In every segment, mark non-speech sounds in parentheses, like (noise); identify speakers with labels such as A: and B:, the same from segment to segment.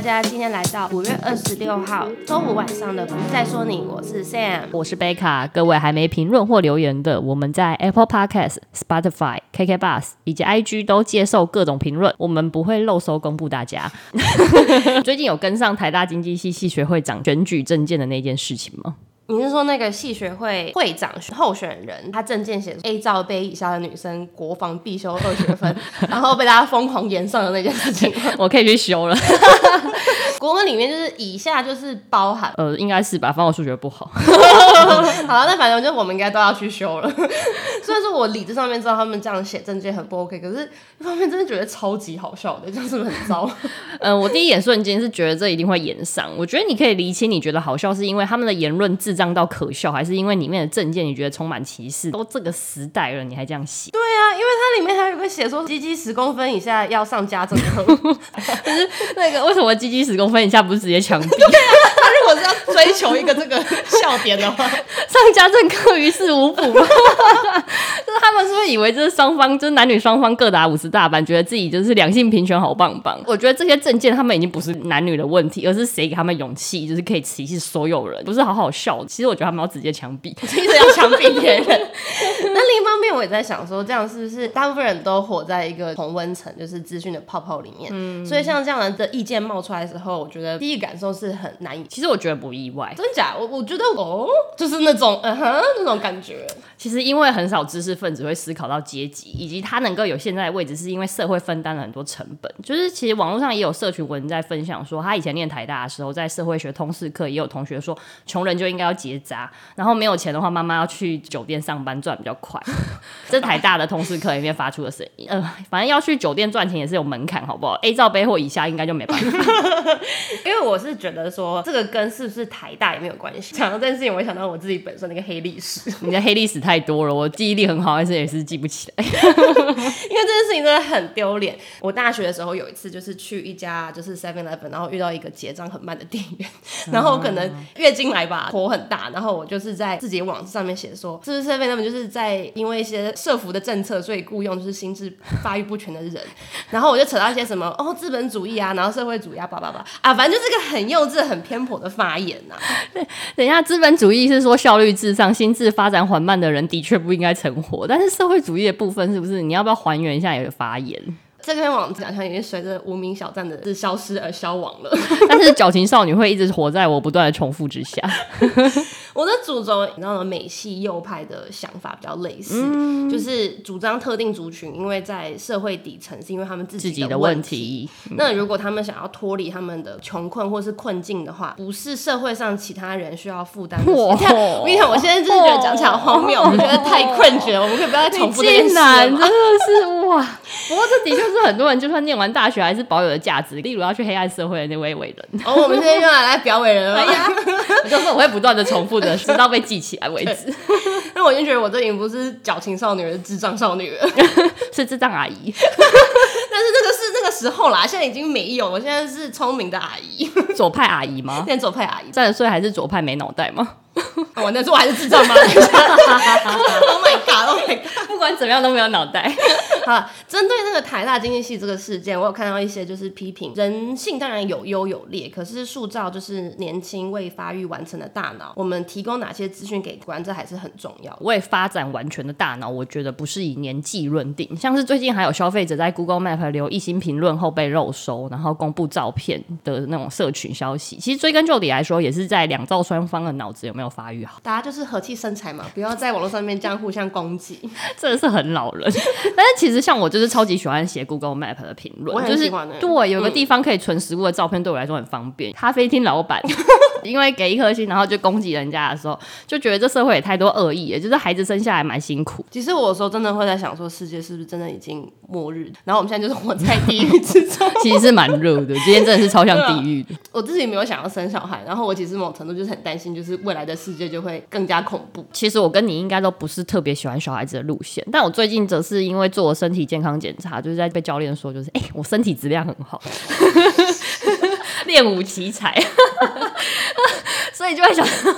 A: 家今天来到五月二十六号周五晚上的《不是在说你》，我是 Sam。
B: 我是贝卡，各位还没评论或留言的，我们在 Apple Podcast、Spotify、KK Bus 以及 IG 都接受各种评论，我们不会漏收公布大 (laughs) 家。最近有跟上台大经济系系学会长选举证件的那件事情吗？
A: 你是说那个系学会会长候选人，他证件写 A 罩杯以下的女生国防必修二学 (laughs) 分，然后被大家疯狂延上的那件事 (laughs) 情吗？
B: (laughs) 我可以去修了，
A: 国文里面就是以下就是包含，
B: (laughs)
A: (laughs)
B: 呃，应该是吧，反正我数学不 (laughs) 好。
A: 好了，那反正就我们应该都要去修了。 (laughs) 虽然说我理智上面知道他们这样写证件很不 OK，可是一方面真的觉得超级好笑的，就是很糟。
B: 嗯，我第一眼瞬间是觉得这一定会演上。我觉得你可以厘清，你觉得好笑是因为他们的言论智障到可笑，还是因为里面的证件你觉得充满歧视？都这个时代了，你还这样写？
A: (laughs) 对啊，因为它里面还有一个写说鸡鸡十公分以下要上家政课，如
B: 那个为什么鸡鸡十公分以下不是直接枪毙？
A: 果是要追求一个这个笑点的话，
B: 上家政课于事无补，就是他们是不是以为这是双方，就是男女双方各打五十大板，觉得自己就是两性平权好棒棒？我觉得这些证件他们已经不是男女的问题，而是谁给他们勇气，就是可以歧视所有人，不是好好笑。其实我觉得他们要直接枪毙。
A: (laughs) 一直要强逼别人。 (laughs) 那另一方面，我也在想说，这样是不是大部分人都活在一个同温层，就是资讯的泡泡里面？所以像这样的意见冒出来的时候，我觉得第一感受是很难以。
B: 其实我觉得不意外，
A: 真假？我我觉得哦，就是那种嗯哼那种感觉。
B: 其实因为很少知识分子会思考到阶级，以及他能够有现在的位置，是因为社会分担了很多成本。就是其实网络上也有社群文在分享说，他以前念台大的时候，在社会学通识课也有同学说，穷人就应该要结扎，然后没有钱的话，妈妈要去酒店上班赚比较快。 (laughs) 这是台大的通识课里面发出的声音，呃，反正要去酒店赚钱也是有门槛，好不好？A 罩杯或以下应该就没办法。
A: 因为我是觉得说，这个跟是不是台大也没有关系。想到这件事情，我也想到我自己本身的一个黑历史，
B: 你的黑历史太多了，我记忆力很好，但是也是记不起来。
A: 因为这件事情真的很丢脸。我大学的时候有一次就是去一家就是 Seven Eleven，然后遇到一个结账很慢的店员，然后我可能月经来吧，火很大，然后我就是在自己的网上面写说，是不是 Seven Eleven 就是在因为一些社服的政策，所以雇佣就是心智发育不全的人，然后我就扯到一些什么哦资本主义啊，然后社会主义啊，叭叭叭啊，反正就是个很幼稚、很偏颇的发言啊呐、
B: 等一下，资本主义是说效率至上，心智发展缓慢的人的确不应该成活。但是社会主义的部分是不是？你要不要还原一下你的发言？
A: 这篇网站好像已经随着无名小站的消失而消亡了。
B: 但是矫情少女会一直活在我不断的重复之下。
A: 我的主轴，你知道吗？美系右派的想法比较类似，
B: 嗯
A: 就是主张特定族群，因为在社会底层是因为他们自
B: 自己
A: 的
B: 的问
A: 题。
B: 题，嗯
A: 那如果他们想要脱离他们的穷困或是困境的话，不是社会上其他人需要负担的。
B: 哇
A: 你看，我跟你讲，我现在真的觉得讲起来好荒谬，我觉得太困觉，我们可以不要再重复这件
B: 竟
A: 事
B: 然
A: 了
B: 真
A: 吗。
B: 的是哇！不过这的确是很多人，就算念完大学还是保有的价值。例如要去黑暗社会的那位伟人， (laughs)
A: 哦，我们现在又要来表演人了。
B: 我就说我会不断的重复的，直到被记起来为止。
A: (laughs) 那我已经觉得我这已经不是矫情少女，而是智障少女了。 (laughs)
B: 是智障阿姨，
A: 但是这个是那个时候啦，现在已经没有，我现在是聪明的阿姨，
B: 左派阿姨吗？
A: 现在左派阿姨。
B: 三十岁还是左派没脑袋吗？
A: 啊完蛋，说我还是智障吗等一下？Oh my god！Oh my god！
B: (laughs) 不管怎么样都没有脑袋。
A: 好了，针对那个台大经济系这个事件，我有看到一些就是批评人性，当然有优有劣，可是塑造就是年轻未发育完成的大脑，我们提供哪些资讯给观众还是很重要的。
B: 未发展完全的大脑，我觉得不是以年纪论定。像是最近还有消费者在 Google Map 留一星评论后被肉收，然后公布照片的那种社群消息，其实追根究底来说，也是在两造双方的脑子有没有发育好， (laughs)
A: 大家就是和气生财嘛，不要在网络上面这样互相攻击。
B: 真的是很老人。 (laughs) 但是其实像我就是超级喜欢写 Google Map 的评
A: 我也
B: 论，就
A: 很
B: 是
A: 喜欢欸嗯
B: 对有个地方可以存食物的照片，对我来说很方便。咖啡厅
A: (laughs)
B: 老板。 (laughs) 因为给一颗星，然后就攻击人家的时候，就觉得这社会也太多恶意了，就是孩子生下来蛮辛苦。
A: 其实我有时候真的会在想，说世界是不是真的已经末日？然后我们现在就是活在地狱之中。 (laughs)
B: (laughs) 其实是蛮热的，今天真的是超像地狱的。
A: 我自己没有想要生小孩，然后我其实某种程度就是很担心，就是未来的世界就会更加恐怖。
B: 其实我跟你应该都不是特别喜欢小孩子的路线，但我最近则是因为做了身体健康检查，就是在被教练说，就是哎、诶我身体质量很好， (laughs) 练武奇才， (laughs) 所以就会想 (laughs) 说，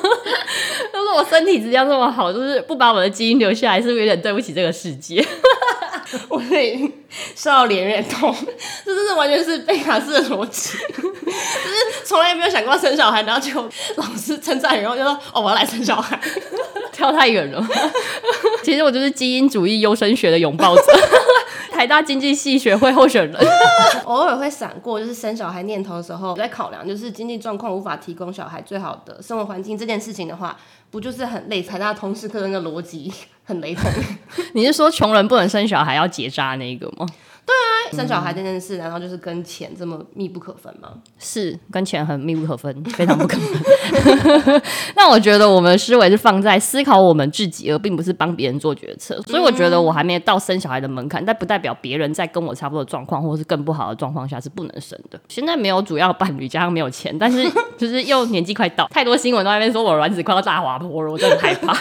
B: 如果我身体质量这么好，就是不把我的基因留下来，是不是有点对不起这个世界？ (laughs)
A: (laughs) 我已经笑到脸有点痛，这真的完全是贝卡斯的逻辑。 (laughs) 就是从来也没有想过要生小孩，然后结果老师称赞，然后就说哦，我要来生小孩。 (laughs)
B: 跳太远了。 (laughs) 其实我就是基因主义优生学的拥抱者， (laughs) 台大经济系学会候选人。
A: 偶尔会闪过，就是生小孩念头的时候，在考量就是经济状况无法提供小孩最好的生活环境这件事情的话，不就是很累？台大通识课的那个逻辑 (laughs) 很雷同。
B: 你是说穷人不能生小孩要结扎那个吗？
A: 生小孩这件事，难道就是跟钱这么密不可分吗？
B: 是跟钱很密不可分，非常不可分。那我觉得我们的思维是放在思考我们自己，而并不是帮别人做决策。所以我觉得我还没有到生小孩的门槛，但不代表别人在跟我差不多的状况，或是更不好的状况下是不能生的。现在没有主要伴侣，加上没有钱，但是 (laughs) 就是又年纪快到，太多新闻都在那边说我卵子快要大滑坡了，我真的很害怕。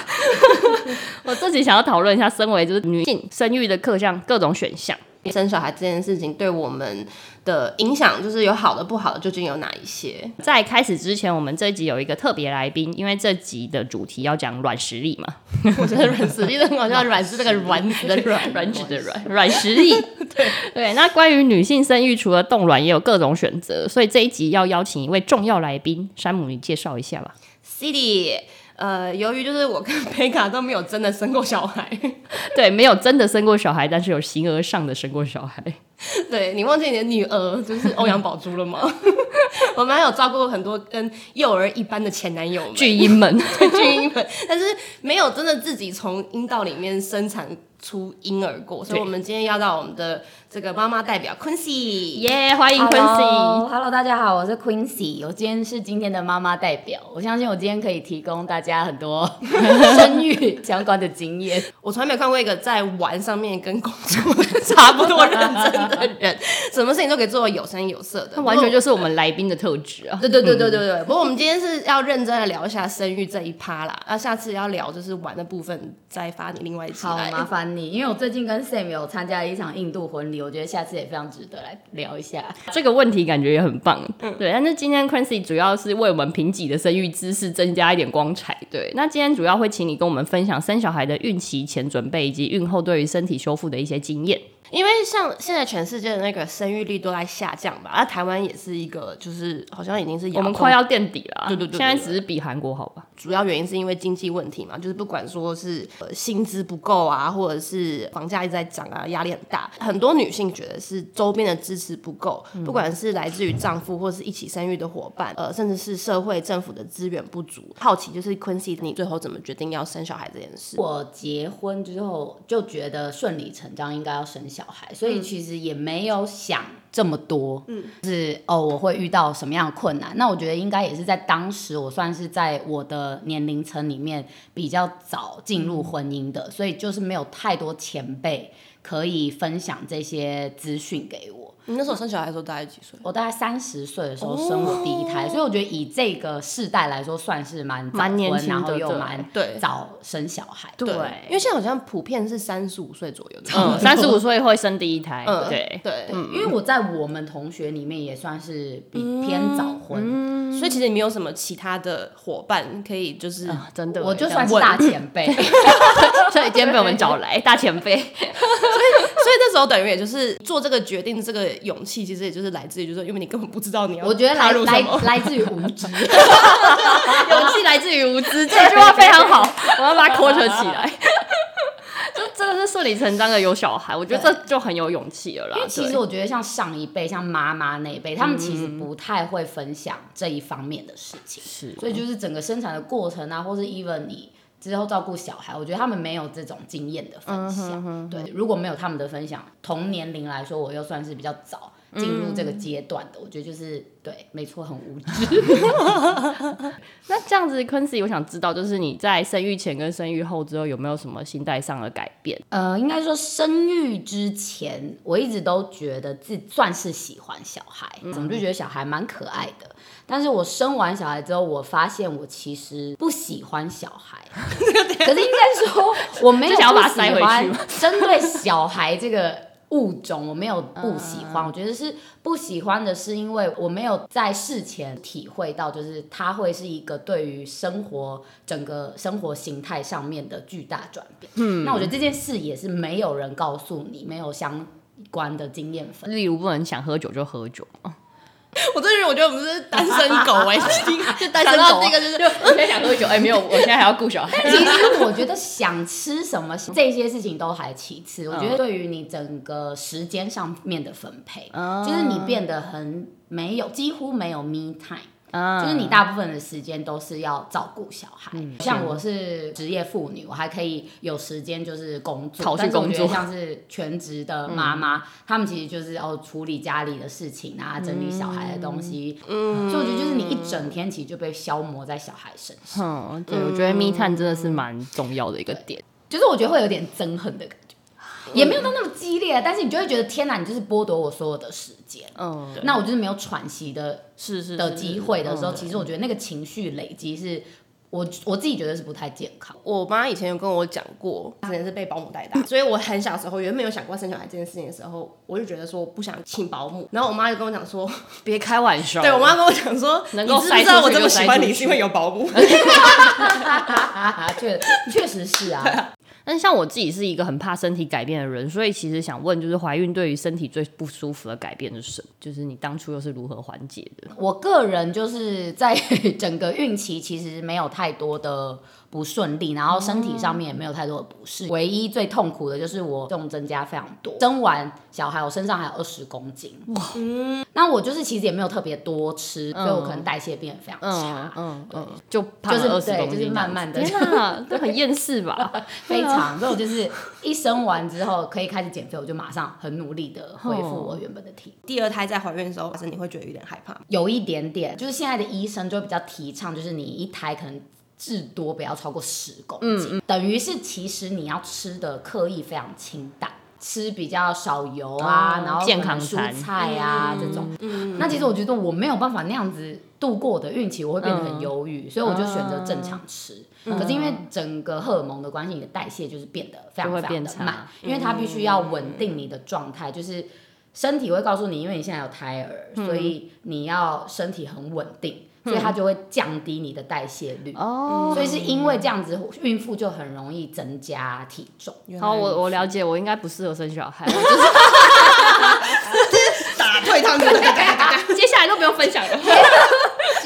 B: 我自己想要讨论一下，身为就是女性生育的各项各种选项。
A: 生小孩这件事情对我们的影响，就是有好的不好的，究竟有哪一些？
B: 在开始之前，我们这一集有一个特别来宾，因为这集的主题要讲软实力嘛，
A: 我觉得软实力的很好笑，软是那个软子的软，
B: 软指的软，软实力。对对，那关于女性生育，除了冻卵，也有各种选择，所以这一集要邀请一位重要来宾，山姆，你介绍一下吧。
A: City，呃，由于就是我跟贝卡都没有真的生过小孩，
B: 对，没有真的生过小孩，但是有形而上的生过小孩。
A: 对你忘记你的女儿就是欧阳宝珠了吗？ (laughs) 我们还有照顾很多跟幼儿一般的前男友们、
B: 巨婴们，
A: 巨婴们， (laughs) 但是没有真的自己从阴道里面生产出婴儿过，所以
B: 对
A: 我们今天要到我们的这个妈妈代表 Quincy，
B: (laughs) 耶、欢迎 Quincy。
C: Hello，大家好，我是 Quincy，我今天是今天的妈妈代表，我相信我今天可以提供大家很 (laughs) 多生育相关的经验。
A: 我从来没有看过一个在玩上面跟工作 (laughs) 差不多认真的人，什么事情都可以做得有声有色的，
B: 他完全
A: 就
B: 就是我们来宾的特质啊！
A: 对对对对对对。不过我们今天是要认真的聊一下生育这一趴啦，那下次要聊就是玩的部分再发你另外一期
C: 好，
A: 来。
B: 啊
C: 麻烦你，因为我最近跟 Sam 有参加了一场印度婚礼，我觉得下次也非常值得来聊一下。
B: 这个问题感觉也很棒，对。但是今天 Quincy 主要是为我们贫瘠的生育知识增加一点光彩，对。那今天主要会请你跟我们分享生小孩的孕期前准备以及孕后对于身体修复的一些经验。
A: 因为像现在全世界的那个生育率都在下降吧，那、台湾也是一个，就是好像已经是
B: 我们快要垫底了啊，
A: 对对对对
B: 现在只是比韩国好吧？
A: 主要原因是因为经济问题嘛，就是不管说是呃薪资不够啊，或者是房价一直在涨啊，压力很大。很多女性觉得是周边的支持不够，
B: 嗯
A: 不管是来自于丈夫或是一起生育的伙伴，呃，甚至是社会政府的资源不足。好奇就是 Quincy，你最后怎么决定要生小孩这件事？
C: 我结婚之后就觉得顺理成章应该要生小孩，所
B: 嗯
C: 以其实也没有想这么多，嗯，是哦，我会遇到什么样的困难？那我觉得应该也是在当时，我算是在我的年龄层里面比较早进入婚姻
B: 嗯
C: 的，所以就是没有太多前辈可以分享这些资讯给我。
A: 你那时候生小孩的时候大概几岁？
C: 我大概三十岁的时候生我第一胎，所以我觉得以这个世代来说，算是蛮
B: 哦
C: 早
B: 蛮年
C: 婚
B: 轻
C: 然后
B: 的
C: 又
B: 对
C: 蛮
A: 对
C: 早生小孩。
A: 因为现在好像普遍是三十五岁左右的。
B: 嗯，三十五岁会生第一胎，
A: 嗯
B: 对。
A: 对，
C: 因为我在我们同学里面也算是比偏早婚，
A: 所以其实你没有什么其他的伙伴可以就是
B: 啊，真的欸，
C: 我就
B: 想
C: 算是
B: 问
C: 大，前辈，
B: 所以今天被我们找来大前辈，
A: (laughs) 所以那时候等于也就是做这个决定，这个勇气其实也就是来自于，就是因为你根本不知道你要
C: (laughs) 我觉得
A: 踏
C: 来
A: 入什
C: 来
A: 么。
C: 来自于无 (laughs)
A: (laughs)
C: 知，
B: 勇气来自于无知，这句话非常好， (laughs) 我要把它 quote 起来。 (laughs) 就真的是顺理成章的有小孩，我觉得这就很有勇气了啦
C: 因为。其
B: 对
C: 实我觉得像上一辈，像妈妈那一辈，他们其实不太会分享这一方面的事情，
B: 是
C: 所以嗯就是整个生产的过程啊，或是 even 你。之后照顾小孩，我觉得他们没有这种经验的分享。对，如果没有他们的分享，同年龄来说，我又算是比较早进入这个阶段的。我觉得就是对，没错，很无知。
B: 那这样子，Quincy，我想知道，就是你在生育前跟生育后之后有没有什么心态上的改变？
C: 呃，应该说生育之前，我一直都觉得自己算是喜欢小孩，
B: 嗯
C: 怎么就觉得小孩蛮可爱的。但是我生完小孩之后，我发现我其实不喜欢小
B: (laughs)
C: 孩，可是应该说我没有
B: 就想要把它
C: 不喜
B: 塞回去
C: 欢
B: 吗 (laughs)
C: 针对小孩这个。物种我没有不喜欢，我觉得是不喜欢的，是因为我没有在事前体会到，就是它会是一个对于生活整个生活形态上面的巨大转变。嗯，那我觉得这件事也是没有人告诉你，没有相关的经验分。
B: (laughs) 例如不能想喝酒就喝酒，
A: 我真的觉得，我觉得我们是单身狗
B: (laughs)
A: 哎、就单身
B: 欸想到
A: 狗。
B: 这个啊就是，我现在想喝酒，哎，没有，我现在还要顾小 (laughs) 孩。
C: 其实我觉得想吃什么这些事情都还其次，我觉
B: 嗯
C: 得对于你整个时间上面的分配，
B: 嗯
C: 就是你变得很没有，几乎没有 me time。就是
B: 嗯
C: 你大部分的时间都是要照顾小孩，像我是职业妇女，我还可以有时间就是工作，
B: 考去
C: 但是我
B: 工
C: 觉得
B: 作嗯
C: 像是全职的妈妈，她们其实就是哦处理家里的事情啊，整理小孩的东西，
B: 嗯
C: 所以我觉得就是你一整天其实就被消磨在小孩身上，
B: 嗯，对，我觉得密探真的是蛮重要的一个点。
C: 就是我觉得会有点憎恨的感觉，也没有到那么激烈，但是你就会觉得天哪，你就是剥夺我所有的时间，
B: 嗯，
C: 那我就是没有喘息的
B: 是嗯是
C: 的机会的时候，其
B: 实
C: 实我觉得那个情绪累积是我我自己觉得是不太健康。
A: 我妈以前有跟我讲 (laughs) 过，她之前是被保姆 (laughs) 带大，所以我很小时候原本有想过生小孩这件事情的时候，我就觉得说我不想请保姆。然后我妈就跟我讲说，
B: 别开玩
A: (laughs)
B: 笑。
A: 对我妈跟我讲说，
B: 能够
A: 你知不
B: 塞
A: 知道
B: 出
A: 我
B: 去
A: 这
B: 就
A: 么
B: 塞
A: 喜欢
B: 出
A: 你是因
B: 去
A: 为有保 (laughs) 姆？
C: 啊，确确实是啊，
B: 但像我自己是一个很怕身体改变的人，所以其实想问，就是怀孕对于身体最不舒服的改变是什么？就是你当初又是如何缓解的？
C: 我个人就是在 (laughs) 整个孕期其实没有太多的不顺利，然后身体上面也没有太多的不适，唯一最痛苦的就是我重增加非常多，生完小孩我身上还有二十公斤，哇，那我就是其实也没有特别多吃，所以我可能代谢变得非常
B: 嗯
C: 差，
B: 嗯嗯，就胖了
C: 就是
B: 二十
C: 对，
B: 公
C: 就
B: 斤，
C: 是慢慢的
B: 天哪，这很厌世吧？
C: (laughs) 非
B: 啊
C: 常，所以我就是一生完之后可以开始减肥，我就马上很努力的恢复我原本的体
A: 第二胎在怀孕的时候，你会觉得有点害怕吗？
C: 有一点点，就是现在的医生就会比较提倡，就是你一胎可能至多不要超过十公斤，
B: 嗯
C: 等于是其实你要吃的刻意非常清淡。吃比较少油啊，
B: 哦
C: 然后
B: 健康
C: 可
B: 餐嗯
C: 能蔬菜啊、这种。那其实我觉得我没有办法那样子度过我的孕期，我会变得很忧郁，所以我就选择正常吃。
B: 嗯
C: 可是因为整个荷尔蒙的关系，你的代谢就是变得非常
B: 就会
C: 非常
B: 变
C: 的
B: 差
C: 慢，因为它必须要稳定你的状态，就是身体会告诉你，因为你现在有胎儿，所以你要身体很稳定，所以它就会降低你的代谢率。
B: 哦，
C: 所以是因为这样子，孕妇就很容易增加体重。
B: 嗯好，我我了解，我应该不适合生小孩， (laughs)
A: 打退堂 (laughs) 鼓，
B: 接下来都不用分享了，
C: 直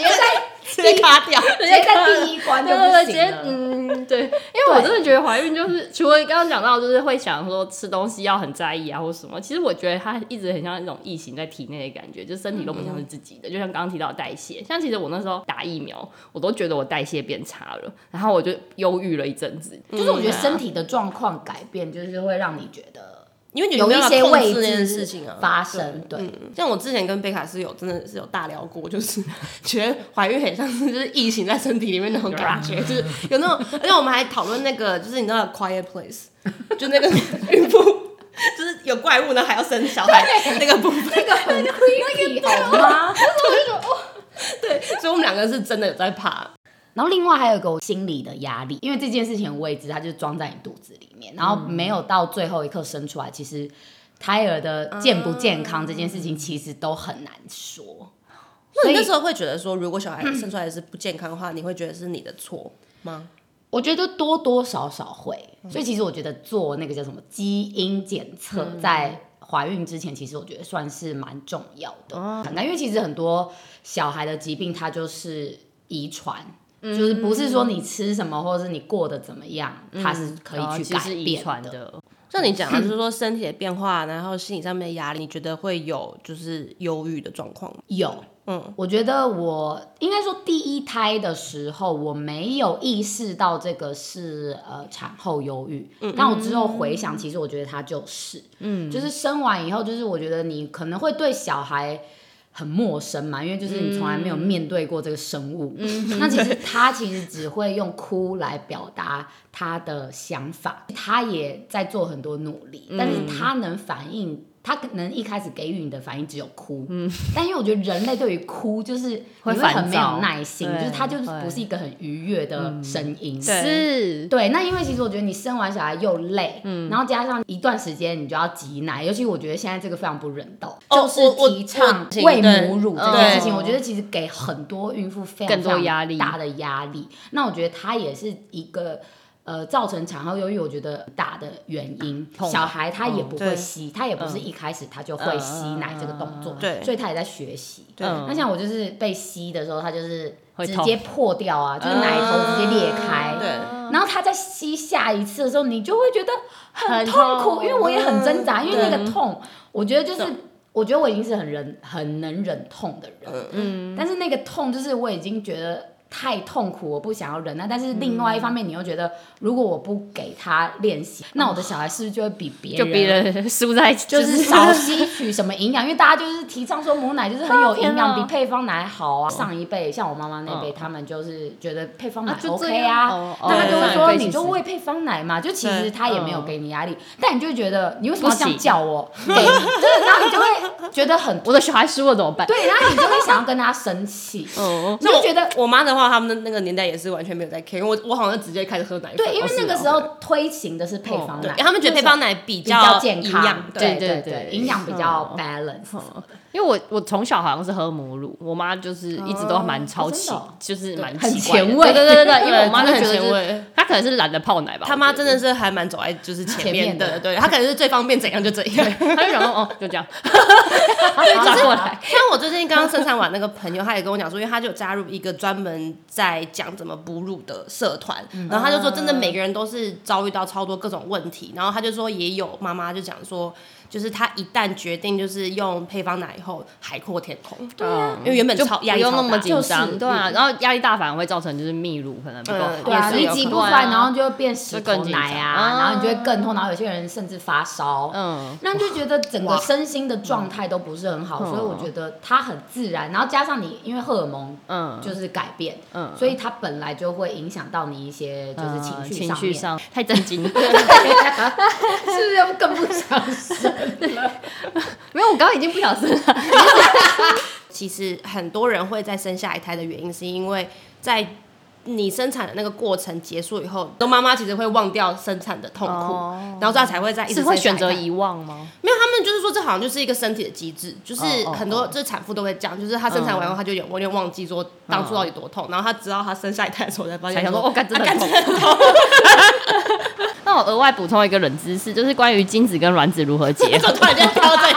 C: 接在
A: 直接卡掉。
C: 直接在第一
B: (laughs)
C: 关就不
B: (laughs) 对对对，直
C: 行
B: 接
C: 了。
B: 嗯对，因为我真的觉得怀孕就是除了刚刚讲到，就是会想说吃东西要很在意啊，或什么。其实我觉得它一直很像一种异形在体内的感觉，就是身体都不像是自己的。就像刚刚提到的代谢，像其实我那时候打疫苗，我都觉得我代谢变差了，然后我就忧郁了一阵子。
C: 就是我觉得身体的状况改变，就是会让你觉得
A: 因为你
C: 有
A: 没
C: 一
A: 办法
C: 些
A: 控
C: 未
A: 制那件
C: 知
A: 事情啊
C: 发生。对，
A: 嗯像我之前跟贝卡是有真的是有大聊过，就是 (laughs) 觉得怀孕很像是就是疫情在身体里面那种感觉，就是有那种，而且我们还讨论那个就是你知道 Quiet Place，就那个孕妇就是有怪物呢还要生小孩那个部分，
C: (laughs) 那个很 creepy 好吗？
A: 所以我们两个是真的有在怕。
C: 然后另外还有一个心理的压力，因为这件事情很未知，它就装在你肚子里面，然后没有到最后一刻生出来，其实胎儿的健不健康这件事情其实都很难说。
A: 那
C: 所
A: 你
C: 以
A: 那时候会觉得说，如果小孩生出来是不健康的话，你会觉得是你的错吗？
C: 我觉得多多少少会，
B: 嗯
C: 所以其实我觉得做那个叫什么基因检测，
B: 嗯
C: 在怀孕之前，其实我觉得算是蛮重要的。
B: 哦
C: 看看因为其实很多小孩的疾病，它就是遗传。
B: 嗯
C: 就是不是说你吃什么，或者是你过得怎么样，它是可以
B: 然后嗯
C: 去
B: 哦其
C: 改
B: 实遗
C: 变
B: 传
C: 的。
B: 的，
A: 像你讲的，就是说身体的变化，然后心理上面的压力，你觉得会有就是忧郁的状况吗？
C: 有，嗯，我觉得我应该说第一胎的时候，我没有意识到这个是呃产后忧郁，
B: 嗯
C: 但我之后回想，其实我觉得它就是，嗯，就是生完以后，就是我觉得你可能会对小孩。很陌生嘛，因为就是你从来没有面对过这个生物，
B: 嗯
C: (laughs) 那其实他其实只会用哭来表达他的想法，他也在做很多努力，但
B: 嗯
C: 是他能反应，他可能一开始给予你的反应只有哭， (laughs) 但因为我觉得人类对于哭就是你
B: 嗯会
C: 会
B: 烦
C: 很没
B: 躁
C: 有耐心，
B: 对
C: 就是它就是不
B: 会
C: 是一个很愉悦的声音。
A: 对
B: 是
C: 对，那因为其实我觉得你生完小孩又累，
B: 嗯
C: 然后加上一段时间你就要挤奶，尤其我觉得现在这个非常不人道，
A: 哦
C: 就是
A: 我我
C: 提倡
A: 我
C: 喂
A: 对
C: 母乳这件事情，
B: 对
C: 我觉得其实给很多孕妇非
B: 嗯
C: 常
B: 更多
C: 非常
B: 压力
C: 大的压力。那我觉得它也是一个。呃造成产后忧郁，我觉得很大的原因，
B: 痛嗯
C: 小孩他也不
A: 对
C: 会吸，他也不是一开始他就会吸奶这个动
B: 嗯
C: 作，
A: 对
C: 所以他也在学习。
A: 对
C: 那像我就是被吸的时候，他就是
B: 会
C: 直
B: 痛嗯
C: 接破掉啊，就是奶头直接裂开。
A: 对，
C: 然后他在吸下一次的时候，你就会觉得很
B: 很
C: 痛苦，
B: 痛嗯
C: 因为我也很挣扎，因为那个痛，我觉得就是，我觉得我已经是很忍、很能忍痛的人，嗯，但是那个痛就是我已经觉得太痛苦，我不想要忍耐。但是另外
B: 嗯
C: 一方面，你又觉得如果我不给他练习，那我的小孩是不是就会比别
B: 就别人输在
C: 就
B: 就是 (laughs)
C: (laughs) 少吸取什么营养，因为大家就是提倡说母奶就是很有营
B: 天
C: 养，
B: 啊
C: 比配方奶好啊。上一辈像我妈妈那辈，
B: 嗯
C: 他们就是觉得配方奶
B: 啊就这
C: OK
B: 样
C: 啊
B: 哦，
C: 那他
A: 哦
C: 就会
B: 上
C: 说
B: 一辈
C: 你就
B: 其实
C: 喂配方奶嘛，就其实
A: 对
C: 他也没有
B: 嗯
C: 给你压力，但你就觉得你为什么要
B: 不
C: 这样
B: 行
C: 叫我？给 (laughs) 你，对，然后你就会觉得很
B: 我的小孩输了怎么办？
C: 对，然后你就会想要跟他生气，
B: 嗯，
C: 你就觉得
A: 我妈的话，他们的那个年代也是完全没有在 care，因为我我好像直接开始喝奶粉。
C: 对，因为
B: 哦
C: 那
B: 是
C: 个
B: 哦
C: 时候推行的是配方
A: 哦对
C: 奶，，
A: 他们觉得配方奶比
C: 比较健
A: 营
C: 康
A: 养，，
C: 对
B: 对
C: 对
B: 对
C: 对，
B: 对
C: 营养比较
B: 嗯
C: balance。
B: 因为我我从小好像是喝母乳，我妈就是一直都蛮超奇，
C: 哦真的哦
B: 就是蛮
C: 对
B: 奇怪的
C: 很前卫
B: 对对对
C: (laughs)
B: 对，因为我妈就
A: 真的很前
B: 觉得就是
A: 卫。
B: 她可能是懒得泡奶吧，
A: 他妈
B: 我觉
A: 真
B: 得
A: 的是还蛮走在就是前面
C: 前面的
A: 的，对他可能是最方便怎样就怎样。
B: 她就想说哦就
C: (laughs)
B: 这样，转过来，
A: (laughs) 像我最近刚刚生产完那个朋友，他也跟我讲说，因为他就有加入一个专门在讲怎么哺乳的社团，
B: 嗯
A: 然后他就说，真的每个人都是遭遇到超多各种问题，然后他就说也有妈妈就讲说，就是他一旦决定就是用配方奶以后，海阔天空，
B: 对啊
A: 因为原本
B: 就
A: 超
B: 不
A: 压力
B: 用那
A: 超
B: 么
A: 大。
B: 紧
C: 就是嗯
B: 张，对啊，然后压力大反而会造成就是泌乳可能不够
A: 嗯
B: 好，
C: 对
A: 也
C: 啊，
A: 是
C: 你
A: 有
C: 挤
A: 可
C: 不出
A: 能
C: 来，然后就会变石
B: 就
C: 头
B: 更紧
C: 奶啊，
B: 张啊
C: 然后你就会更痛，然后有些人甚至发烧，
B: 嗯，
C: 那就觉得整个身心的状态都不是很好，
B: 哇
C: 所以我觉得它很自然，然后加上你因为荷尔蒙
B: 嗯
C: 就是改变，
B: 嗯呃
C: 所以它本来就会影响到你一些就是情绪
B: 情
C: 上
B: 绪
C: 面，
B: 上太震惊。
C: (laughs) 是不是更不想生？
B: (laughs) 没有，我刚刚已经不
C: (laughs)
B: 想生了。
A: 其实很多人会在生下一胎的原因，是因为在你生产的那个过程结束以后，都妈妈其实会忘掉生产的痛苦，
B: 哦
A: 然后她才会在一直
B: 是会
A: 生下一
B: 选择
A: 胎
B: 遗忘吗？
A: 没有，他们就是说这好像就是一个身体的机制，就是
B: 哦哦
A: 很多这产妇都会这样，就是她生产完后，她就有有点忘记说当初到底多痛，然后她直到她生下一胎的时候才发现
B: 才想
A: 说
B: 说，哦，干真的很痛。那我额外补充一个冷知识，就是关于精子跟卵子如何结
A: 为什
B: 合
A: 么。突然间挑这个？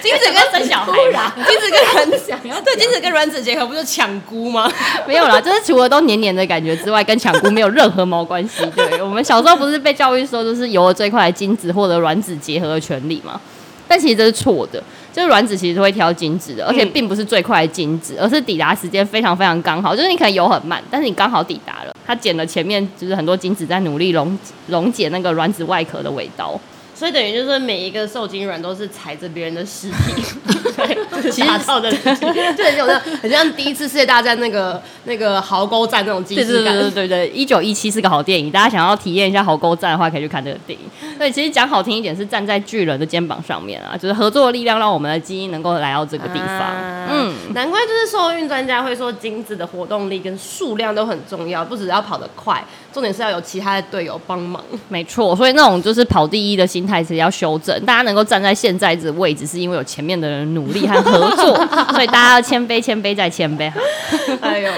A: 精子跟
B: 生小孩
A: 突然精子跟卵子，对，精子跟卵子结合不就抢姑吗？
B: (laughs) 没有啦，就是除了都黏黏的感觉之外，跟抢姑没有任何毛关系。对我们小时候不是被教育说，就是游得最快的精子获得卵子结合的权利吗？但其实这是错的，就是卵子其实会挑精子的，而且并不是最快的精子，而是抵达时间非常非常刚好。就是你可能游很慢，但是你刚好抵达了，它剪了前面就是很多精子在努力溶溶解那个卵子外壳的尾刀。
A: 所以等于就是每一个受精卵都是踩着别人的尸体，对，
B: 其实
A: 打造的尸体，对，有的很像第一次世界大战那个那个壕沟战那种机
B: 对对
A: 制
B: 对
A: 感。
B: 对对对，一九一七是个好电影，大家想要体验一下壕沟战的话，可以去看这个电影。对，其实讲好听一点是站在巨人的肩膀上面啊，就是合作的力量让我们的基因能够来到这个地方。
C: 啊
B: 嗯，
A: 嗯，难怪就是受孕专家会说精子的活动力跟数量都很重要，不只是要跑得快，重点是要有其他的队友帮
B: (laughs)
A: 忙。
B: 没错，所以那种就是跑第一的心态其实要修正。大家能够站在现在这位置，是因为有前面的人努力和合作，所以大家要谦卑、谦卑再谦卑。哈
A: 哎呦，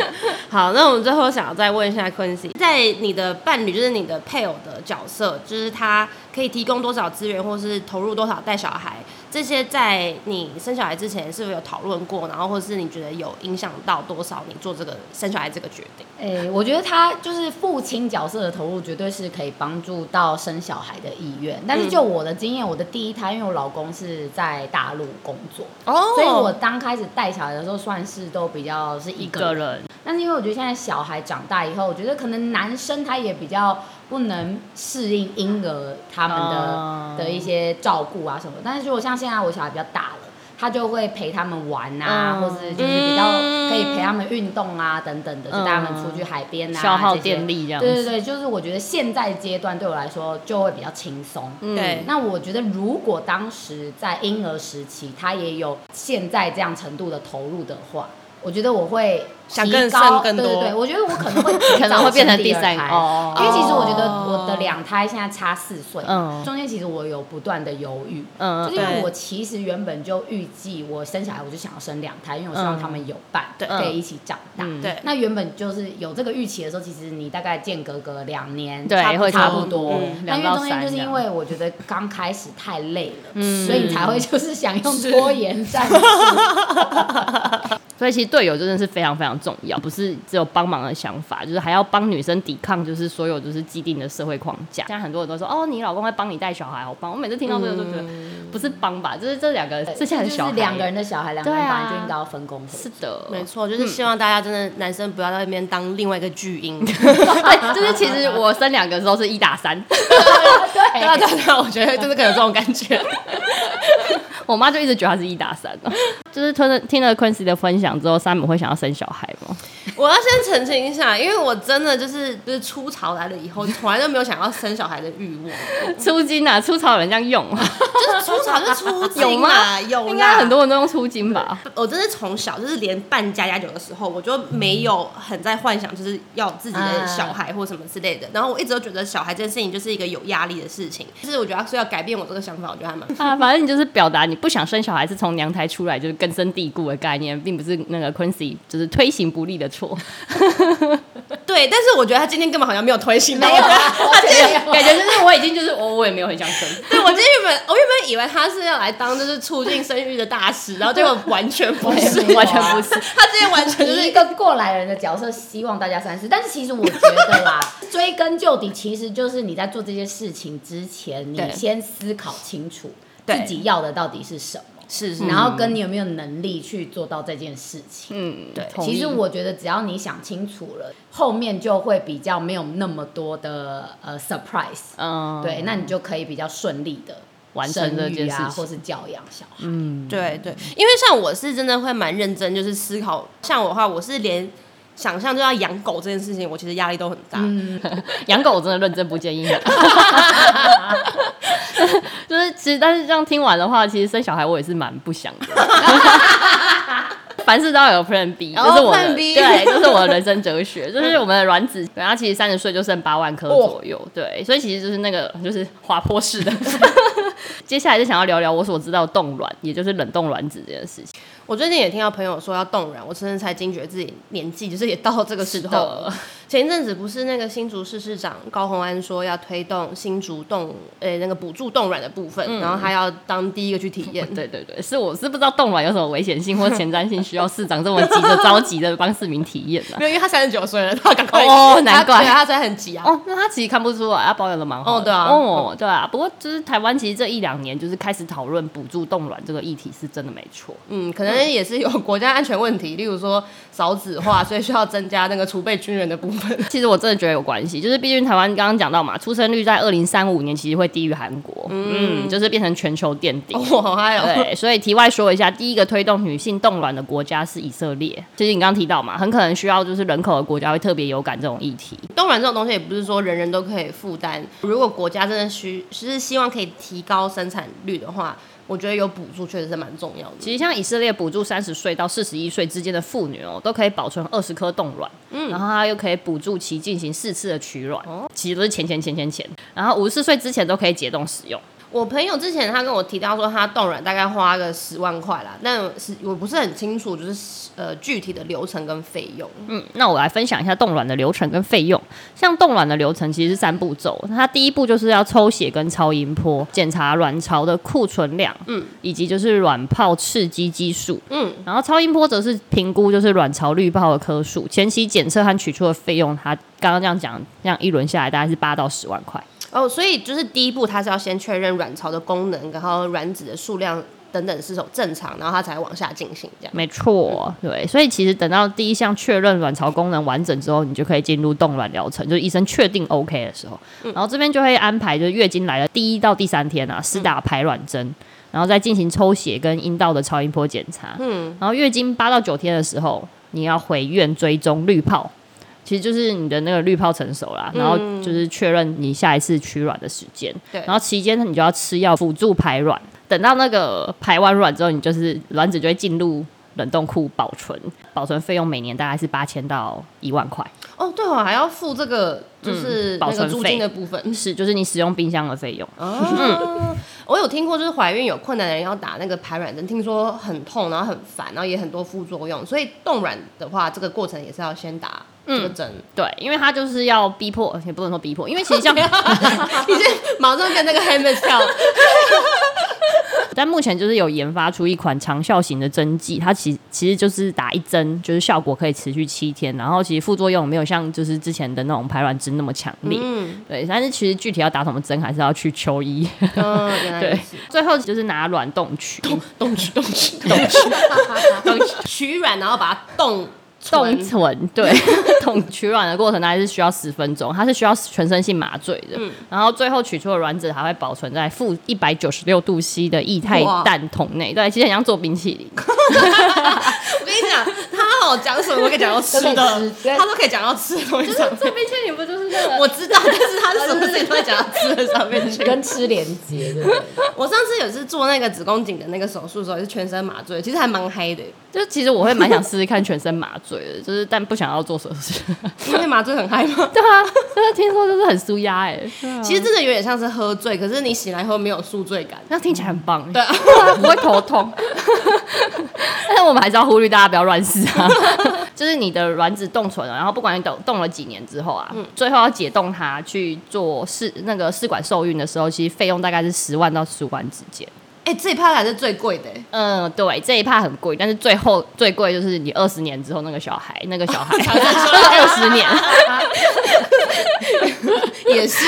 A: 好，那我们最后想要再问一下昆西，在你的伴侣就是你的配偶的角色，就是他可以提供多少资源，或是投入多少带小孩，这些在你生小孩之前是不是有讨论过？然后，或是你觉得有影响到多少你做这个生小孩这个决定？
C: 诶、哎我觉得他就是父亲角色的投入，绝对是可以帮助到生小孩的意愿。但是
B: 嗯
C: 就我的经验，我的第一胎，因为我老公是在大陆工作，
A: 哦
C: 所以我刚开始带小孩的时候，算是都比较是 (laughs) 一
B: 一
C: 个
B: 个
C: 人。
B: 人，
C: 但是因为我觉得现在小孩长大以后，我觉得可能男生他也比较不能适应婴儿他们的、
B: 哦
C: 的一些照顾啊什么。但是如果像现在我小孩比较大了。他就会陪他们玩啊，
B: 嗯
C: 或是就是比较可以陪他们运动啊，等等的，就带他们出去海边啊，
B: 嗯消耗
C: 这些
B: 电力这样
C: 对对
B: 子。
C: 对，就是我觉得现在阶段对我来说就会比较轻松。
B: 嗯
A: 对
C: 那我觉得，如果当时在婴儿时期，他也有现在这样程度的投入的话，我觉得我会
A: 想
C: 提
A: 更
C: 高
A: 深更
C: 对
A: 多
C: 对对，我觉得我可
B: (laughs)
C: 能会提
B: 可能
C: 早
B: 会变成
C: 生
B: 第
C: 二
B: 三个
C: 胎
B: 哦
C: 因为其实我觉得我的两胎现在差四岁，
B: 嗯
C: 中间其实我有不断的犹豫，
B: 嗯
C: 就是因为
A: 对
C: 我其实原本就预计我生小孩我就想要生两胎，因为我希望他们有伴，
A: 对
C: 可以一起长大。
B: 嗯
A: 对
C: 那原本就是有这个预期的时候，其实你大概间隔个两年，
B: 对
C: 差不
B: 会
C: 差
B: 差
C: 不
B: 不
C: 多
B: 多。
C: 那
B: 两
C: 因为
B: 到
C: 中间就是
B: 三
C: 因为我觉得刚开始太累了，
B: 嗯
C: 所以你才会就是想用拖延战术。
B: 所以其实队友真的是非常非常重要，不是只有帮忙的想法，就是还要帮女生抵抗，就是所有就是既定的社会框架。现在很多人都说哦，你老公会帮你带小孩，好棒！我每次听到这个都觉得、不是帮吧，就是呃这两个剩下的
C: 就
B: 小
C: 是
B: 孩，
C: 两个人的小孩，两个人
B: 对
C: 本
B: 啊
C: 来就应该要分工合作。
B: 是的，
A: 没错，就是希望大家真的男生不要在那边当另外一个巨 (laughs) 婴。
B: 对， (laughs) 就是其实我生两个的时候是一打 (laughs) 三，
A: 对啊，对啊，对啊，我觉得就是可能有这种感觉。
B: (laughs) 我妈就一直觉得她是一打三、 (laughs) 就是听了听了 Quincy 的分享之后，山姆会想要生小孩 (laughs) 吗？
A: 我要先澄清一下，因为我真的就是就是出潮来了以后，从来都没有想要生小孩的欲望。
B: 出金啊，出草有人这样用啊，
A: 就是 (laughs) 出潮就出金
B: 有吗？
A: 啦有啦
B: (laughs) 应该很。多人都用出金吧？
A: 我真是从小就是连办家家酒的时候，我就没有很在幻想就是要自己的小孩或什么之类的。然后我一直都觉得小孩这件事情就是一个有压力的事情，就是我觉得所以要改变我这个想法，我觉得还蛮
B: (laughs) 啊，反正你就是表达你不想生小孩是从娘胎出来，就是根深蒂固的概念，并不是那个 Quincy 就是推行不力的
C: (laughs)
B: 错，
A: 对。但是我觉得他今天根本好像没有推行到，
C: 没有啊，我觉得
B: 感觉就是我已经就是我我也没有很想生，
C: (laughs)
A: 对我今天原本我原本以为他是要来当就是促进生育的大使，然后 (laughs) 结果完全不是
C: 我也没，有啊
B: 完全不是。
A: 他今天完
B: (laughs)
A: 全就
C: 以一
A: 是
C: 个过来人的角色，希望大家三思。但是其实我觉得
B: (laughs)
C: 啦，追根究底，其实就是你在做这些事情之前，你
A: 对
C: 先思考清楚
A: 对
C: 自己要的到底是什么，
A: 是
C: 然后跟你有没有能力去做到这件事情。
B: 嗯，
A: 对
B: 同意
C: 其实我觉得只要你想清楚了，后面就会比较没有那么多的呃 surprise，、
B: 嗯
C: 对，那你就可以比较顺利的
B: 完成这件事
C: 啊，
B: 情
C: 或是教养小孩。
A: (laughs) 对对，因为像我是真的会蛮认真，就是思考。像我的话，我是连想象就要养狗这件事情，我其实压力都很大。
B: 养狗我真的认真不建议 (laughs) 你。就是其实，但是这样听完的话，其实生小孩我也是蛮不想的。凡事都要有 Plan B，
A: 哦
B: 这是我的、
A: Plan B
B: 对，这是我的人生哲学。就是我们的卵子，然后其实三十岁就剩八万颗左右，对，所以其实就是那个就是滑坡式的。 (laughs) 接下来就想要聊聊我所知道的冻卵，也就是冷冻卵子这件事情。
A: 我最近也听到朋友说要冻卵，我真的才惊觉自己年纪就是也到这个时候
B: 的
A: 了。前一阵子不是那个新竹市市长高虹安说要推动新竹冻呃、那个补助冻卵的部分，然后他要当第一个去体验。
B: 对对对，是我是不知道冻卵有什么危险性或前瞻性，需要市长这么急着着急的帮市民体验啊呢、
A: 没有，因为他三十九岁了，他赶快
B: 哦难怪
A: 他对他真的很急啊。
B: 哦，那他其实看不出来，他保养的蛮好的。
A: 哦对啊
B: 哦，对啊。不过就是台湾其实这一两年就是开始讨论补助冻卵这个议题，是真的没错。
A: 嗯，可能也是有国家安全问题，例如说少子化，所以需要增加那个储备军人的部分。
B: (laughs) 其实我真的觉得有关系，就是毕竟台湾刚刚讲到嘛，出生率在二零三五年其实会低于韩国，嗯就是变成全球垫底。
A: 我好嗨哦！
B: 对，所以题外说一下，第一个推动女性冻卵的国家是以色列。就是你刚刚提到嘛，很可能需要就是人口的国家会特别有感这种议题。
A: 冻卵这种东西也不是说人人都可以负担。如果国家真的需是希望可以提高生产率的话，我觉得有补助确实是蛮重要的。
B: 其实像以色列补助三十岁到四十一岁之间的妇女哦，都可以保存二十颗冻卵，然后她又可以补助其进行四次的取卵，其实都是钱钱钱钱钱，然后五十四岁之前都可以解冻使用。
A: 我朋友之前他跟我提到说，他冻卵大概花个十万块啦，但是我不是很清楚，就是呃具体的流程跟费用。
B: 嗯，那我来分享一下冻卵的流程跟费用。像冻卵的流程其实是三步骤，那它第一步就是要抽血跟超音波检查卵巢的库存量，嗯，以及就是卵泡刺激激素，嗯，然后超音波则是评估就是卵巢滤泡的颗数。前期检测和取出的费用，它刚刚这样讲，这样一轮下来大概是八到十万块。
A: 哦，所以就是第一步，他是要先确认卵巢的功能，然后卵子的数量等等是否正常，然后他才往下进行这样。
B: 没错，对，所以其实等到第一项确认卵巢功能完整之后，你就可以进入冻卵疗程，就是医生确定 OK 的时候，
A: 嗯
B: 然后这边就会安排就是月经来的第一到第三天啊，施打排卵针。然后再进行抽血跟阴道的超音波检查，嗯，然后月经八到九天的时候，你要回院追踪滤泡，其实就是你的那个滤泡成熟啦，然后就是确认你下一次取卵的时间，
A: 嗯对
B: 然后期间你就要吃药辅助排卵，等到那个排完卵之后，你就是卵子就会进入冷冻库保存，保存费用每年大概是八千到一万块。
A: 哦，对哦，还要付这个就是
B: 保
A: 那个
B: 存
A: 租
B: 费
A: 金的部 (laughs) 分。
B: 是，就是你使用冰箱的费用。
A: 哦，我有听过，就是怀孕有困难的人要打那个排卵针，听说很痛，然后很烦，然后也很多副作用。所以冻卵的话，这个过程也是要先打这个针。
B: 对，因为它就是要逼迫，呃也不能说逼迫，因为其 (laughs) 实像
A: (laughs) 你先马上跟那个 h a m e r 跳，
B: 但目前就是有研发出一款长效型的针剂，它其其实就是打一针，就是效果可以持续七天，然后其实副作用没有像就是之前的那种排卵针那么强烈。
A: 嗯
B: 对，但是其实具体要打什么针，还是要去求医。
A: 嗯，原来如
B: (laughs) 对
A: 此。，
B: 最后就是拿卵冻取，
A: 冻取冻取冻取冻取 (laughs) 取卵，然后把它冻
B: 冻
A: 存
B: 存， (laughs) 对，冻取卵的过程大概是需要十分钟，它是需要全身性麻醉的。然后最后取出的卵子还会保存在负一百九十六度 C 的液态
A: 哇
B: 氮桶内。对，其实很像做冰淇淋。
A: 我跟你讲，他好讲什么都可以讲到吃
B: (laughs)
C: 都可以
A: 的
C: 吃，对
A: 他都可以讲到吃的东西上面。
B: (laughs) 做冰淇淋不就是那
A: (laughs)
B: 个
A: 我知道，但是他是什么事情都在讲到吃的上面去。
C: 跟吃连接，对不对？
A: 我上次有一次做那个子宫颈的那个手术的时候，也是全身麻醉，其实还蛮嗨的，
B: (laughs) 就其实我会蛮想试试看全身麻醉的，就是但不想要做手 (laughs) 术。
A: 因为麻醉很嗨嘛。
B: 对啊，但是听说就是很舒压哎，
A: 其实这个有点像是喝醉，可是你醒来后没有宿醉感。
B: 那听起来很棒欸。
A: 对啊，
B: 不会头痛。但是我们还是要忽略大家不要乱试啊，就是你的卵子冻存了，然后不管你冻冻了几年之后啊，最后要解冻它去做试那个试管受孕的时候，其实费用大概是十万到十五万之间。
A: 哎、这一趴才是最贵的，
B: 嗯，对，这一趴很贵，但是最后最贵就是你二十年之后那个小孩，那个小孩 (laughs) 二十年。
A: 也
B: (laughs)
A: 是。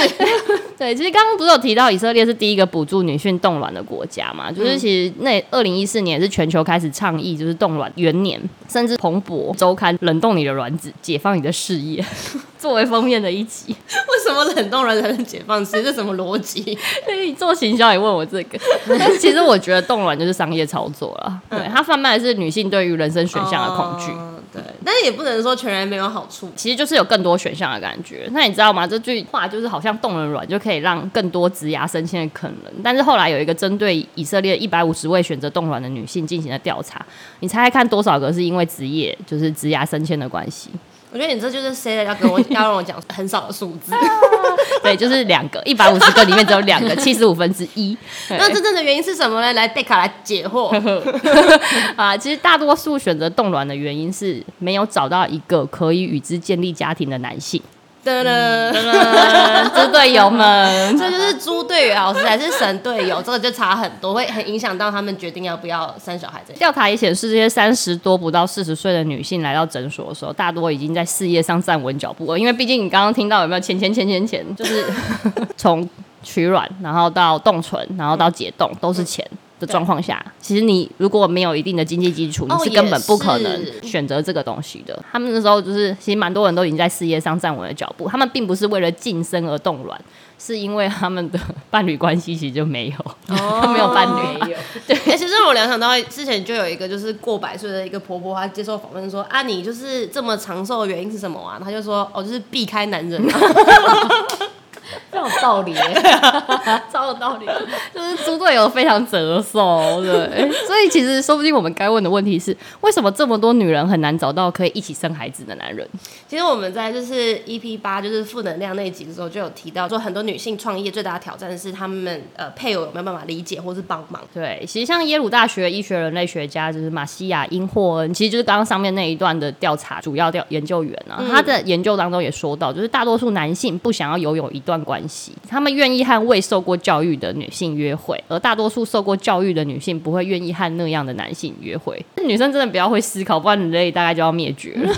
B: 对，其实刚刚不是有提到以色列是第一个补助女性冻卵的国家嘛？就是其实那二零一四年也是全球开始倡议就是冻卵元年，甚至彭博周刊冷冻你的卵子，解放你的事业 (laughs) 作为封面的一集。 (laughs)
A: 为什么冷冻人才能解放吃？这什么逻辑？
B: 所以做行销也问我这个， (laughs) 但是其实我觉得冻卵就是商业操作了，对，它贩卖的是女性对于人生选项的恐惧。
A: 哦对，但是也不能说全然没有好处。
B: 其实就是有更多选项的感觉。那你知道吗？这句话就是好像动了卵就可以让更多职涯升迁的可能。但是后来有一个针对以色列一百五十位选择冻卵的女性进行的调查，你猜猜看多少个是因为职业就是职涯升迁的关系？ (laughs)
A: 我觉得你这就是 C 的要跟我要让我讲很少的数字。
B: 对，就是两个，一百五十个里面只有两个，七十五分之一。对
A: 那真正的原因是什么呢？来贝卡来解惑。
B: 啊，其实大多数选择冻卵的原因是没有找到一个可以与之建立家庭的男性。
A: 噔噔，
B: 嗯，猪队友们，
A: 这就是猪队友老师还是神队友，这个就差很多，会很影响到他们决定要不要生小孩这件事。
B: (laughs) 调查也显示，这些三十多不到四十岁的女性来到诊所的时候，大多已经在事业上站稳脚步了。因为毕竟你刚刚听到有没有钱钱钱
A: (laughs)
B: 钱钱，就是从取卵，然后到冻存，然后到解冻，都是钱。的状况下，其实你如果没有一定的经济基础，
A: 嗯哦
B: 你是根本不可能
A: 也是
B: 选择这个东西的。他们那时候就是，其实蛮多人都已经在事业上站稳了脚步，他们并不是为了晋升而冻卵，是因为他们的伴侣关系其实就没有，
A: 哦
B: (laughs) (laughs) 没有伴侣。
A: 哎、其实让我联想到之前就有一个就是过百岁的一个婆婆，她接受访问说啊，你就是这么长寿的原因是什么啊？她就说哦，就是避开男人、 (laughs) 啊。
C: 这有道理耶， (laughs)
B: 超有道理，就是猪队友非常折寿，对。所以其实说不定我们该问的问题是，为什么这么多女人很难找到可以一起生孩子的男人？
A: 其实我们在就是 EP 八就是负能量那一集的时候就有提到，说很多女性创业最大的挑战是她们呃配偶有没有办法理解或是帮忙。
B: 对，其实像耶鲁大学医学人类学家就是马西亚因霍恩，其实就是刚刚上面那一段的调查主要调研究员啊，他的研究当中也说到，就是大多数男性不想要拥有一段关系，他们愿意和未受过教育的女性约会，而大多数受过教育的女性不会愿意和那样的男性约会。女生真的比较会思考，不然人类大概就要灭绝了。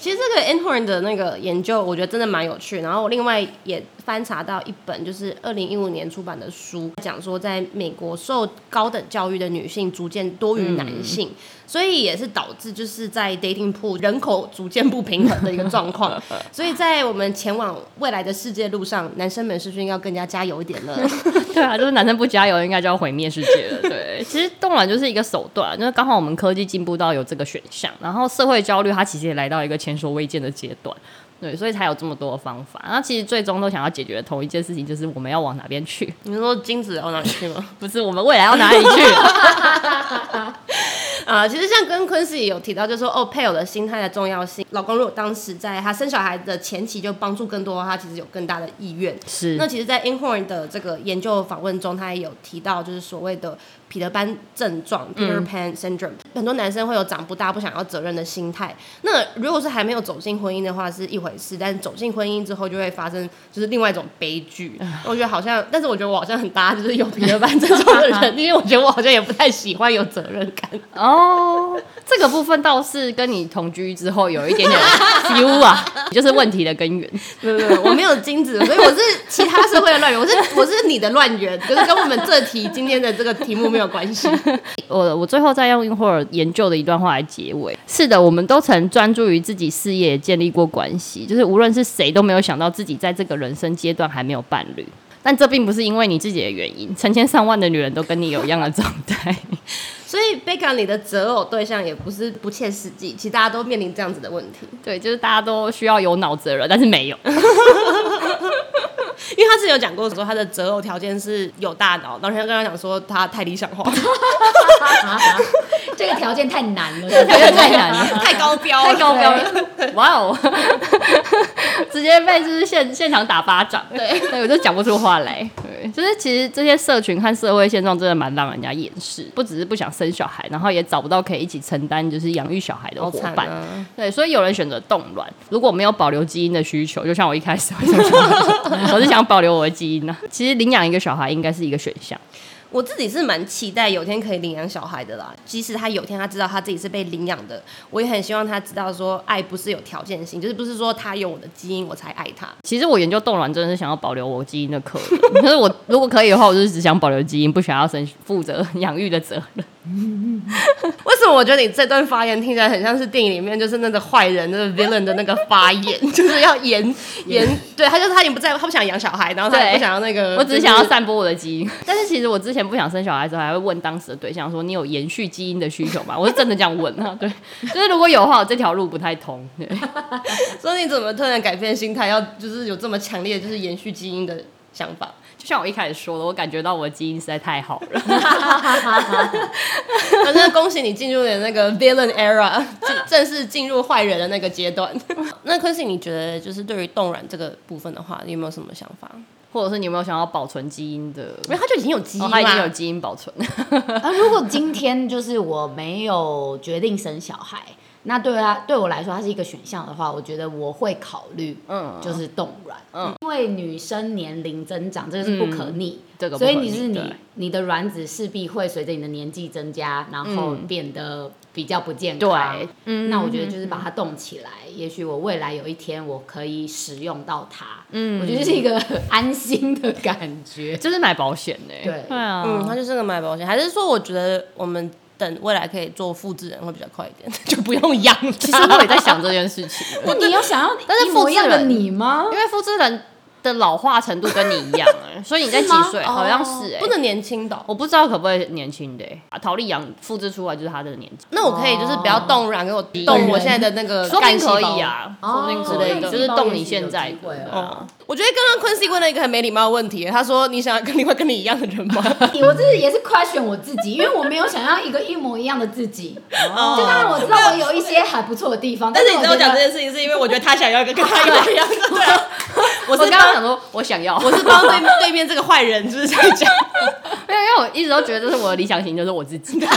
A: 其实这个 Enhorn 的那个研究，我觉得真的蛮有趣。然后我另外也翻查到一本就是二零一五年出版的书，讲说在美国受高等教育的女性逐渐多于男性，所以也是导致就是在 dating pool 人口逐渐不平衡的一个状况。所以在我们前往未来的世界路上，男生们是不是应该更加加油一点呢？
B: 对 (laughs) 啊，就是男生不加油，应该就要毁灭世界了。 (laughs) 对，其实冻卵就是一个手段，就是刚好我们科技进步到有这个选项，然后社会焦虑它其实也来到一个前所未见的阶段。对，所以才有这么多的方法。那其实最终都想要解决的同一件事情，就是我们要往哪边去， (laughs)
A: 你说精子要哪里去吗？
B: (laughs) 不是我们未来要哪里去。
A: (laughs) 呃，其实像跟昆士也有提到，就是说哦，配偶的心态的重要性。老公如果当时在他生小孩的前期就帮助更多的话，他其实有更大的意愿。
B: 是
A: 那其实，在 Inhorn 的这个研究访问中，他也有提到，就是所谓的彼得班症状 （Peter Pan Syndrome）、很多男生会有长不大、不想要责任的心态。那如果是还没有走进婚姻的话是一回事，但走进婚姻之后就会发生就是另外一种悲剧。我觉得好像，但是我觉得我好像很搭，就是有彼得班症状的人，因为我觉得我好像也不太喜欢有责任感。
B: 哦，这个部分倒是跟你同居之后有一点点 feel (laughs) 啊，你就是问题的根源。
A: 对对，我没有精 (laughs) 子，所以我是其他社会的乱源，我是我是你的乱源，就是跟我们这题今天的这个题目没有关 (laughs) 系。
B: 我我最后再用一会儿研究的一段话来结尾。是的，我们都曾专注于自己事业，也建立过关系，就是无论是谁都没有想到自己在这个人生阶段还没有伴侣。但这并不是因为你自己的原因，成千上万的女人都跟你有一样的状态。
A: 所以贝卡，你的择偶对象也不是不切实际，其实大家都面临这样子的问题，
B: (laughs) 对，就是大家都需要有脑子的人，但是 (laughs) 没有。
A: 因为他之前有讲过说他的择偶条件是有大脑，然后他刚刚讲说他太理想 (laughs) 化，
C: 这个条件太难了，
B: (laughs) 太难了
A: 太高标了，
B: 太高标了， (laughs) 哇哦！直接被就是现现场打巴掌，对， (laughs) 对我就讲不出话来。对，就是其实这些社群和社会现状真的蛮让人家厌世，不只是不想生小孩，然后也找不到可以一起承担就是养育小孩的
A: 好
B: 伙
A: 惨
B: 伴。
A: 啊！
B: 对，所以有人选择冻卵，如果没有保留基因的需求，就像我一开始为什么
A: (laughs)
B: 想我是想保留我的基因呢、啊其实领养一个小孩应该是一个选项。
A: 我自己是蛮期待有天可以领养小孩的啦。即使他有天他知道他自己是被领养的，我也很希望他知道说爱不是有条件性，就是不是说他有我的基因我才爱他。
B: 其实我研究冻卵真的是想要保留我基因的可能，可 (laughs) 是我如果可以的话，我就是只想保留基因，不想要生负责养育的责任。
A: 为什么我觉得你这段发言听起来很像是电影里面就是那个坏人、那个 villain 的那个发言， (laughs) 就是要严 (laughs) 严，对他就是他已经不在，他不想养小孩，然后他也
B: 对
A: 不想要那个，
B: 我只是
A: 嗯
B: 想
A: 就
B: 要散播我的基因，但是其实我之前不想生小孩的时候，还会问当时的对象说：“你有延续基因的需求吗？”我是真的这样问啊， (laughs) 对，就是如果有的话，我这条路不太通。 (laughs) 对
A: 所以你怎么突然改变心态，要就是有这么强烈的就是延续基因的想法？
B: 就像我一开始说的，我感觉到我的基因实在太好
A: (laughs)
B: 了。
A: 反正恭喜你进入了那个 villain era，进 (laughs) 正式进入坏人的那个阶段。 (laughs) 那昆西，你觉得就是对于冻卵这个部分的话，你有没有什么想法？
B: 或者是你有没有想要保存基因的？
A: 因为他就已经有基因
B: 哦，
A: 啦
B: 它已经有基因保存。 (laughs)
C: (laughs) 啊，如果今天就是我没有决定生小孩，那对他对我来说，它是一个选项的话，我觉得我会考虑，
B: 嗯
C: 嗯，就是冻卵，
B: 嗯嗯
C: 嗯，因为女生年龄增长，这个是不可逆，
B: 这个不
C: 所以
B: 可
C: 你
B: 逆
C: 是你
B: 对
C: 你的卵子势必会随着你的年纪增加，然后
B: 嗯
C: 变得比较不健康，
B: 对，
C: 那我觉得就是把它冻起来，也许我未来有一天我可以使用到它，嗯，我觉得是一个 (laughs) 很安心的感觉，
B: 就是买保险呢、
C: 对
B: 对啊，
A: 嗯，他就是个买保险，还是说我觉得我们等未来可以做复制人会比较快一点，就不用养它。
B: 其实我也在想这件事情。
C: 那你有想要
B: 但是
C: 一模一样
B: 复制
C: 的
B: 人
C: 你吗？
B: (laughs) 因为复制人的老化程度跟你一样哎、所以你在几
C: 吗
B: 岁？
C: 哦
B: 好像是哎、
A: (laughs) 不能年轻的哦、
B: 我不知道可不可以年轻的、欸，啊陶丽阳复制出来就是她的年纪，
A: 那我可以就是不要动软，给我动我现在的那哦个
B: 说不
A: 干
B: 定
A: 细胞
B: 可以。啊，说不定
A: 哦
B: 可以，
A: 那
B: 就
A: 个
B: 是
C: 细胞
B: 动
C: 也
B: 你
C: 许
B: 现
C: 有
B: 在
C: 机会
B: 的
C: 啊
A: 哦，我觉得刚刚昆西问了一个很没礼貌的问题，他说你想要跟另外跟你一样的人吗？
C: 我这也是 question 我自己，因为我没有想要一个一模一样的自己。就当然我知道我有一些还不错的地方，
A: (laughs) 哦但是你知道我
C: 我觉
A: 讲
C: 得
A: 这件事情，是因为我觉得他想要一个跟他一模一样的。对 (laughs) 啊，我
B: 我
A: 是
B: 刚刚
A: 帮
B: 想说，我想要，
A: 我是帮对对面这个坏人就是在 (laughs) 讲，
B: 没有，因为我一直都觉得这是我的理想型，就是我自己。
C: 啊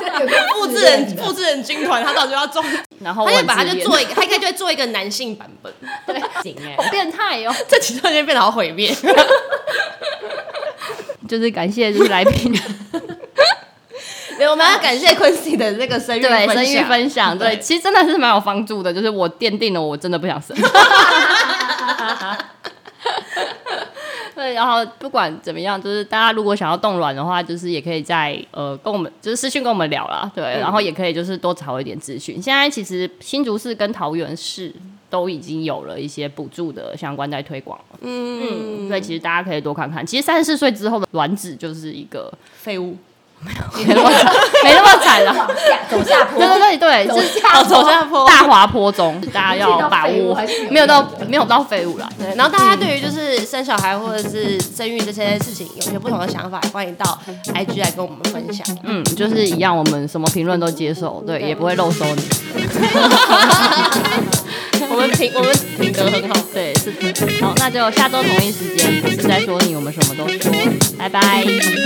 C: 这有个
A: 复制
C: 人
A: 人复制人军团，他到底要中，
B: 然后
A: 他
B: 我
A: 就
B: 很
A: 把他
B: 自
A: 就
B: 恋 (laughs)
A: 做一个，他应该就会做一个男性版本。
C: 对，行哎、
B: 好变态哦，
A: (laughs) 这集突然间变得好毁灭。
B: 就是感谢就是来宾
A: 对，我们要感谢 Quincy 的那个生育
B: 对
A: 分
B: 生育
A: 享
B: 分享，对，
A: 对
B: 其实真的是蛮有帮助的，就是我奠定了我真的
A: (laughs)
B: 不想生。对，然后不管怎么样，就是大家如果想要冻卵的话，就是也可以在呃跟我们就是私讯跟我们聊啦，对，
A: 嗯
B: 然后也可以就是多找一点资讯。现在其实新竹市跟桃园市都已经有了一些补助的相关在推广了，
A: 嗯 (laughs)
B: 嗯嗯，所以其实大家可以多看看。其实三十四岁之后的卵子就是一个
A: 废物。
B: 没那么惨，没那么惨了。啊
C: 往下走下坡，
B: 对对对对，
C: 走
B: 就是哦
C: 下坡
B: (laughs) 走下坡，大滑坡 (laughs) 中，大家
C: 你
B: 要
C: 是到
B: 把
C: 废物
B: 握
C: 还是有，
B: 没有到没有到废物啦。
A: 对，然后大家对于就是生小孩或者是生育这些事情有一些不同的想法，欢迎到 IG 来跟我们分享。
B: 嗯，就是一样，我们什么评论都接受，对，也不会漏收 (laughs) 你。
A: 我们品我们品德很好。
B: 对，是的。好，那就下周同一时间，不是在说你，我们什么都说。拜拜，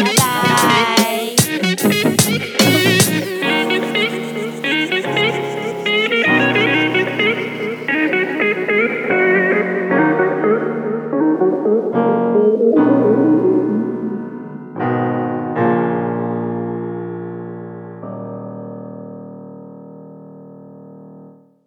B: 拜拜。